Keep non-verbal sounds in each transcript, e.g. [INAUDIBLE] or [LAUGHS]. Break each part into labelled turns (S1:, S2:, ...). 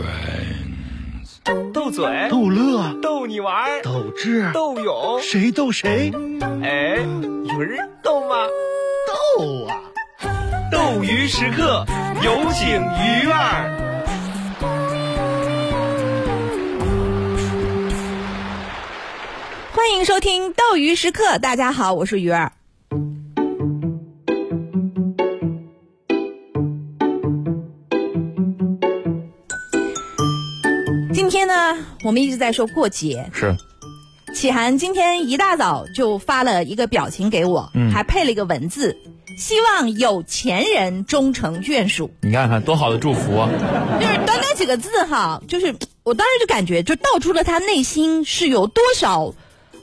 S1: 哎
S2: 斗嘴、
S1: 逗乐、
S2: 逗你玩儿、
S1: 斗智，
S2: 斗勇，
S1: 谁逗谁？
S2: 哎，有人逗吗？
S1: 逗啊！
S2: 斗鱼时刻，有请鱼儿。
S3: 欢迎收听《斗鱼时刻》，大家好，我是鱼儿。今天呢，我们一直在说过节，
S1: 是，
S3: 启涵今天一大早就发了一个表情给我，
S1: 嗯
S3: 还配了一个文字，希望有钱人终成眷属。
S1: 你看看多好的祝福啊！
S3: 就是短短几个字哈，就是我当时就感觉，就道出了他内心是有多少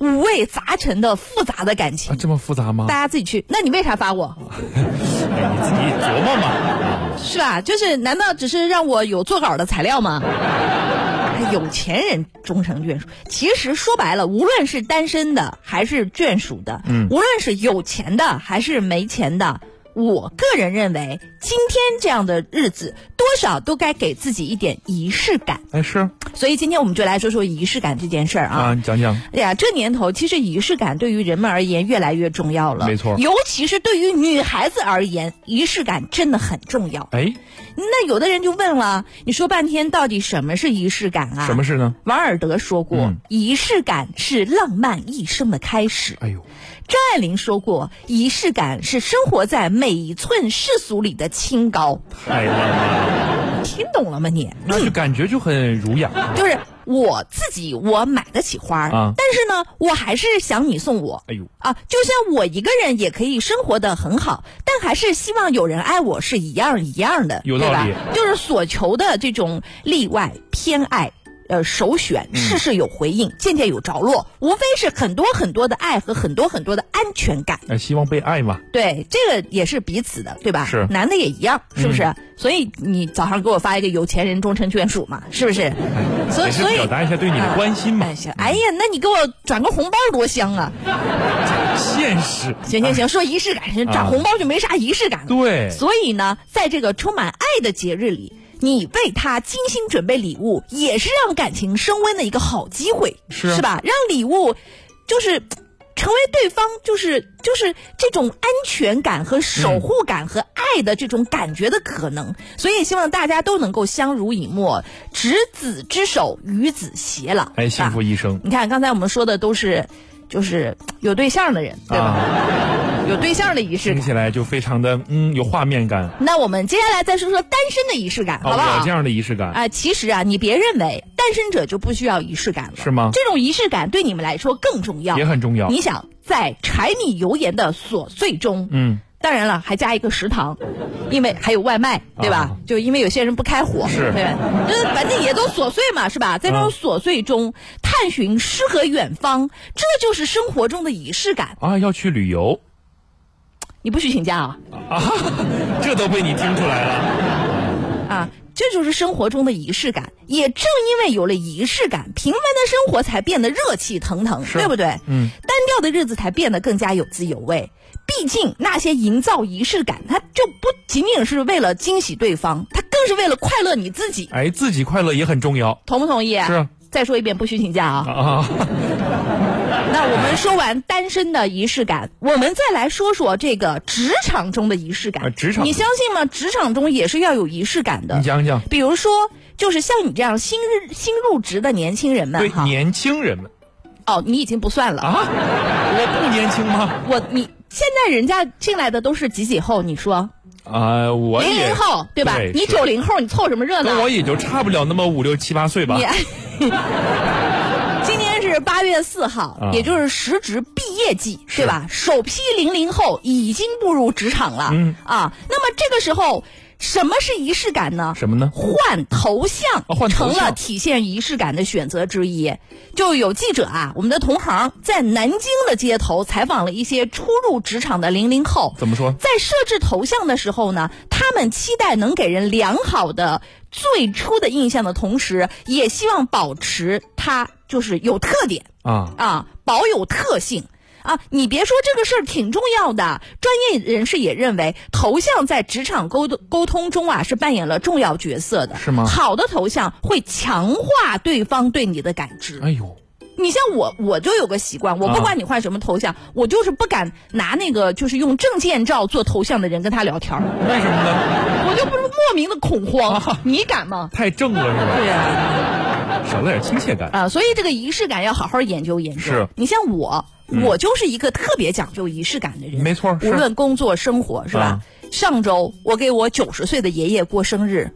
S3: 五味杂陈的复杂的感情。
S1: 啊这么复杂吗
S3: 大？家自己去，那你为啥发我？
S1: 你自己琢磨嘛。
S3: 是吧？就是难道只是让我有做稿的材料吗？哎有钱人终成眷属。其实说白了，无论是单身的还是眷属的，
S1: 嗯
S3: 无论是有钱的还是没钱的，我个人认为，今天这样的日子，多少都该给自己一点仪式感。
S1: 哎，是
S3: 所以今天我们就来说说仪式感这件事儿
S1: 啊，
S3: 啊。
S1: 你讲讲，
S3: 哎呀，这年头其实仪式感对于人们而言越来越重要了，
S1: 没错
S3: 尤其是对于女孩子而言，仪式感真的很重要。
S1: 哎，
S3: 那有的人就问了，你说半天到底什么是仪式感啊？
S1: 什么？事呢？
S3: 王尔德说过，
S1: 嗯
S3: 仪式感是浪漫一生的开始。
S1: 哎呦，
S3: 张爱玲说过，仪式感是生活在每一寸世俗里的清高。
S1: 太浪漫了，
S3: 听懂了吗你？
S1: 哎那就感觉就很儒雅。
S3: 就是我自己，我买得起花儿，
S1: 啊
S3: 但是呢，我还是想你送我。
S1: 哎呦，
S3: 啊，就像我一个人也可以生活的很好，但还是希望有人爱我是一样一样的，
S1: 有
S3: 对
S1: 道
S3: 吧
S1: 理？
S3: 就是所求的这种例外、偏爱、呃首选，
S1: 嗯
S3: 事事有回应，件件有着落，无非是很多很多的爱和很多很多的安全感。
S1: 哎，希望被爱嘛。
S3: 对，这个也是彼此的，对吧？
S1: 是嗯
S3: 男的也一样，是不是？所以你早上给我发一个有钱人终成眷属嘛，是不是？
S1: 也
S3: 所以
S1: 哎是
S3: 所以
S1: 表达一下对你的关心嘛
S3: 哎行，哎呀，那你给我转个红包多香啊！
S1: 现实。
S3: 行行行，说仪式感，转红包就没啥仪式感了。
S1: 啊对
S3: 所以呢，在这个充满爱的节日里，你为他精心准备礼物，也是让感情升温的一个好机会，
S1: 是啊
S3: 是吧？让礼物就是。成为对方就是就是这种安全感和守
S1: 嗯
S3: 护感和爱的这种感觉的可能，所以希望大家都能够相濡以沫，执子之手，与子偕老。
S1: 哎，幸福
S3: 啊
S1: 一生。
S3: 你看刚才我们说的都是就是有对象的人，对吧？
S1: 啊，
S3: 有对象的仪式
S1: 听
S3: 感。
S1: 起来就非常的嗯有画面感，
S3: 那我们接下来再说说单身的仪式感，好不
S1: 啊，
S3: 好？
S1: 我这样的仪式感
S3: 啊、其实啊，你别认为单身者就不需要仪式感了，
S1: 是吗
S3: 这种仪式感对你们来说更重要，
S1: 也很重要
S3: 你想，在柴米油盐的琐碎中，
S1: 嗯，
S3: 当然了，还加一个食堂，因为还有外卖，对吧？
S1: 啊
S3: 就因为有些人不开火，
S1: 是
S3: 对吧，就是反正也都琐碎嘛，是吧？在这种
S1: 嗯
S3: 琐碎中探寻诗和远方，这就是生活中的仪式感。
S1: 啊，要去旅游，
S3: 你不许请假啊！
S1: 这都被你听出来了。
S3: 啊，这就是生活中的仪式感。也正因为有了仪式感，平凡的生活才变得热气腾腾，
S1: 是
S3: 对不对？
S1: 嗯，
S3: 单调的日子才变得更加有滋有味。毕竟那些营造仪式感，它就不仅仅是为了惊喜对方，它更是为了快乐你自己，
S1: 哎，自己快乐也很重要
S3: 同不同意？
S1: 是啊
S3: 再说一遍，不许请假啊！
S1: 啊。
S3: 那我们说完单身的仪式感，我们再来说说这个职场中的仪式感。
S1: 啊职场
S3: 你相信吗？职场中也是要有仪式感
S1: [LAUGHS]
S3: 的。
S1: 你讲讲，
S3: 比如说，就是像你这样新日新入职的年轻人
S1: 对
S3: 们哈，
S1: 年轻人们
S3: 哦，你已经不算了。
S1: 啊，我不年轻吗？
S3: 我你现在人家进来的都是几几后，你说
S1: 啊，我
S3: 零
S1: 也
S3: 零后对吧？
S1: 对
S3: 你
S1: 是
S3: 九零后，你凑什么热
S1: 跟
S3: 闹？
S1: 我也就差不了那么五六七八岁吧
S3: 你。 [LAUGHS] 今天是八月四号，
S1: 啊
S3: 也就是时值毕业季，对吧？首批零零后已经步入职场了，
S1: 嗯
S3: 啊，那么这个时候什么是仪式感呢？
S1: 什么呢？
S3: 换头像
S1: 嗯啊换头
S3: 成
S1: 像
S3: 了体现仪式感的选择之一。就有记者啊，我们的同行在南京的街头采访了一些初入职场的零零后，
S1: [LAUGHS] 怎么说？
S3: 在设置头像的时候呢，他们期待能给人良好的最初的印象的同时，也希望保持它就是有特点
S1: 啊，
S3: 啊，保有特性。啊，你别说这个事儿挺重要的，专业人士也认为头像在职场沟通沟通中啊是扮演了重要角色的。
S1: 是吗
S3: 好的头像会强化对方对你的感知。
S1: 哎呦，
S3: 你像我，我就有个习惯，我不
S1: 啊
S3: 管你换什么头像，我就是不敢拿那个就是用证件照做头像的人跟他聊天儿，
S1: 为什么呢？
S3: 我就不是莫名的恐慌。
S1: 啊
S3: 你敢吗？
S1: 太正了是吧？
S3: 对呀、
S1: 少了点亲切感。
S3: 啊，所以这个仪式感要好好研究研究。
S1: 是嗯
S3: 你像我，我就是一个特别讲究仪式感的人，
S1: 没错
S3: 无
S1: 是
S3: 论工作生活，是吧？
S1: 啊
S3: 上周我给我九十岁的爷爷过生日。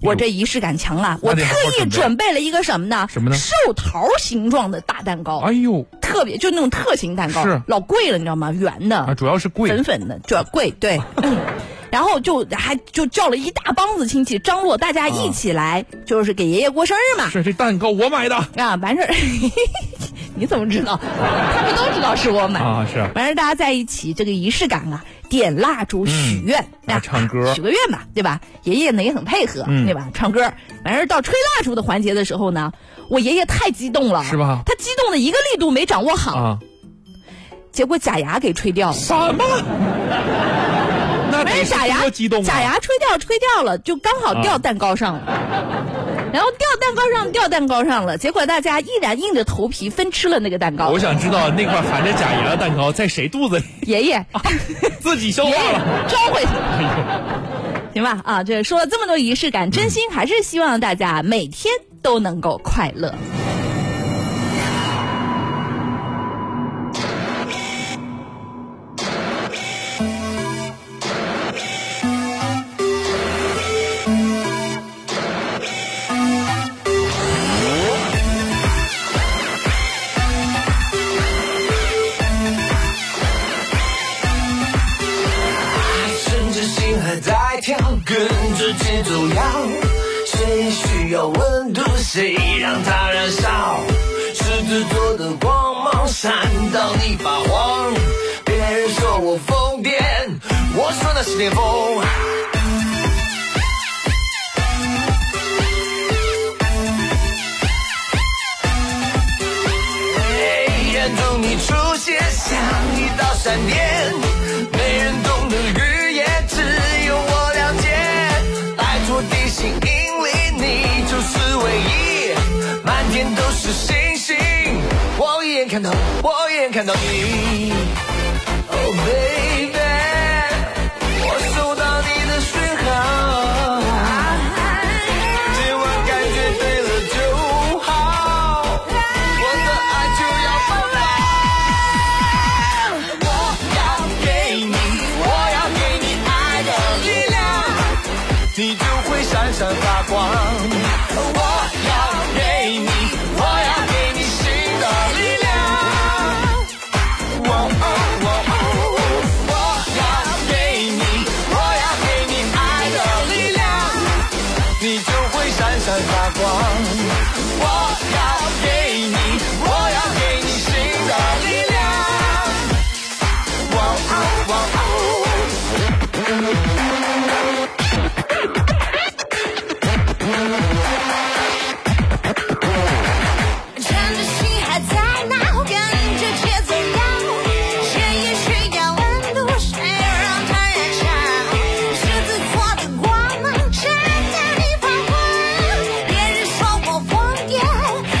S3: 我这仪式感强了，
S1: 那
S3: 我
S1: 得
S3: 特
S1: 好好
S3: 意
S1: 准备
S3: 准备了一个什么呢？
S1: 什么呢
S3: 寿桃形状的大蛋糕，
S1: 哎呦
S3: 特别就那种特型蛋糕，
S1: 是
S3: 老贵了，你知道吗？圆的
S1: 啊，主要是贵
S3: 粉，粉的，主要贵，
S1: [LAUGHS]
S3: 对。嗯然后就还就叫了一大帮子亲戚张罗，大
S1: 啊
S3: 家一起来，就是给爷爷过生日嘛。
S1: 是这蛋糕我买的
S3: 啊，完事儿， [LAUGHS] 你怎么知道？他们都知道是我买。
S1: 啊，是
S3: 完事儿，大家在一起，这个仪式感啊，点蜡烛许愿，
S1: 啊唱歌
S3: 许个愿嘛，对吧？爷爷呢也很配合，
S1: 嗯
S3: 对吧？唱歌，完事儿到吹蜡烛的环节的时候呢，我爷爷太激动了，
S1: 是吧
S3: 他激动的一个力度没掌握好，
S1: 啊，
S3: 结果假牙给吹
S1: [LAUGHS]
S3: 掉了。
S1: 什么？那
S3: 没
S1: 得
S3: 假牙，
S1: 哎多激动啊！啊
S3: 假牙吹掉，吹掉了，就刚好掉蛋糕上了。然后掉蛋糕上，掉蛋糕上了，结果大家依然硬着头皮分吃了那个蛋糕
S1: 我。想知道那块含着假牙的蛋糕在谁肚子里 [LAUGHS]
S3: 爷爷，
S1: 自己消化
S3: 爷爷
S1: 了。
S3: 招回去。
S1: 哎呦。
S3: [LAUGHS] 行吧，啊，这说了这么多仪式感，真心还是希望大家每天都能够快乐。
S4: 甚至心还在跳，跟着节奏摇。谁需要温度，谁让它燃烧？狮子座的光芒闪到你发慌。别人说我疯癫，我说那是巅峰。眼中你出现，像一道闪电，没人懂的语言，只有我了解。摆脱地心引力，你就是唯一，满天都是星星，我一眼看到，我一眼看到你。Oh baby，我收到你的讯号。今晚感觉对了就好，我的爱就要爆发。我要给你，我要给你爱的力量，你就会闪闪发光。我要给你，我要给你新的力量。哇哦哇哦！我要给你，我要给你爱的力量，你就会闪闪发光。我要给你，我要给你新的力量。哇哦哇哦！
S5: 趁着心还在闹，跟着节奏摇，谁也需要温度，谁让它燃烧？狮子座的光芒闪到你发光，别人说我疯癫，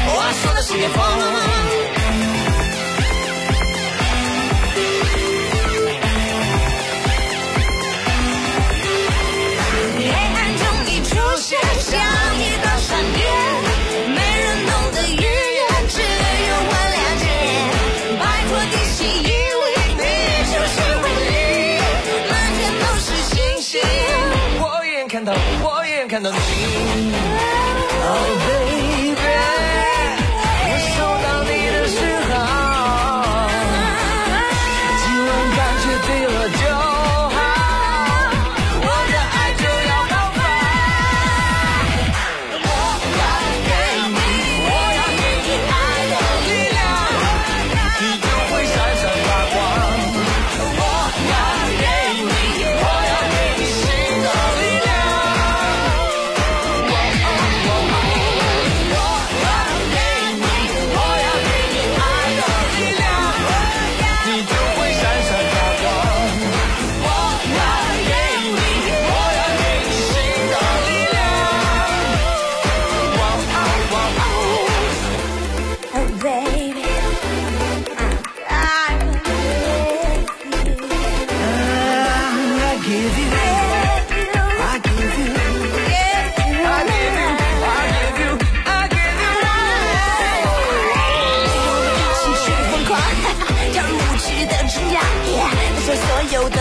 S4: 我说的是巅峰。
S5: 黑暗中你出现，像一道闪电，没人懂的语言，只有我了解。摆脱地心引力，你就是唯一，满天都是星星。
S4: 我一眼看到，我一眼看到你。Oh baby，我收到你的讯号，今晚感觉对了就好，我的爱就要爆发。我要给你，我要给你爱的力量，你就会闪闪发光。我要给你，我要给你新的力量。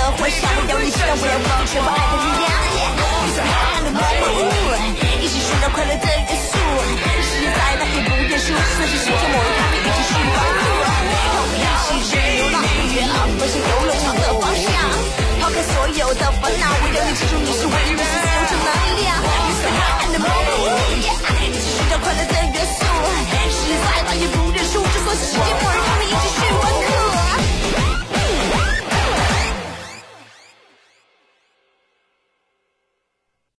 S5: 让不了你，却不爱的日夜。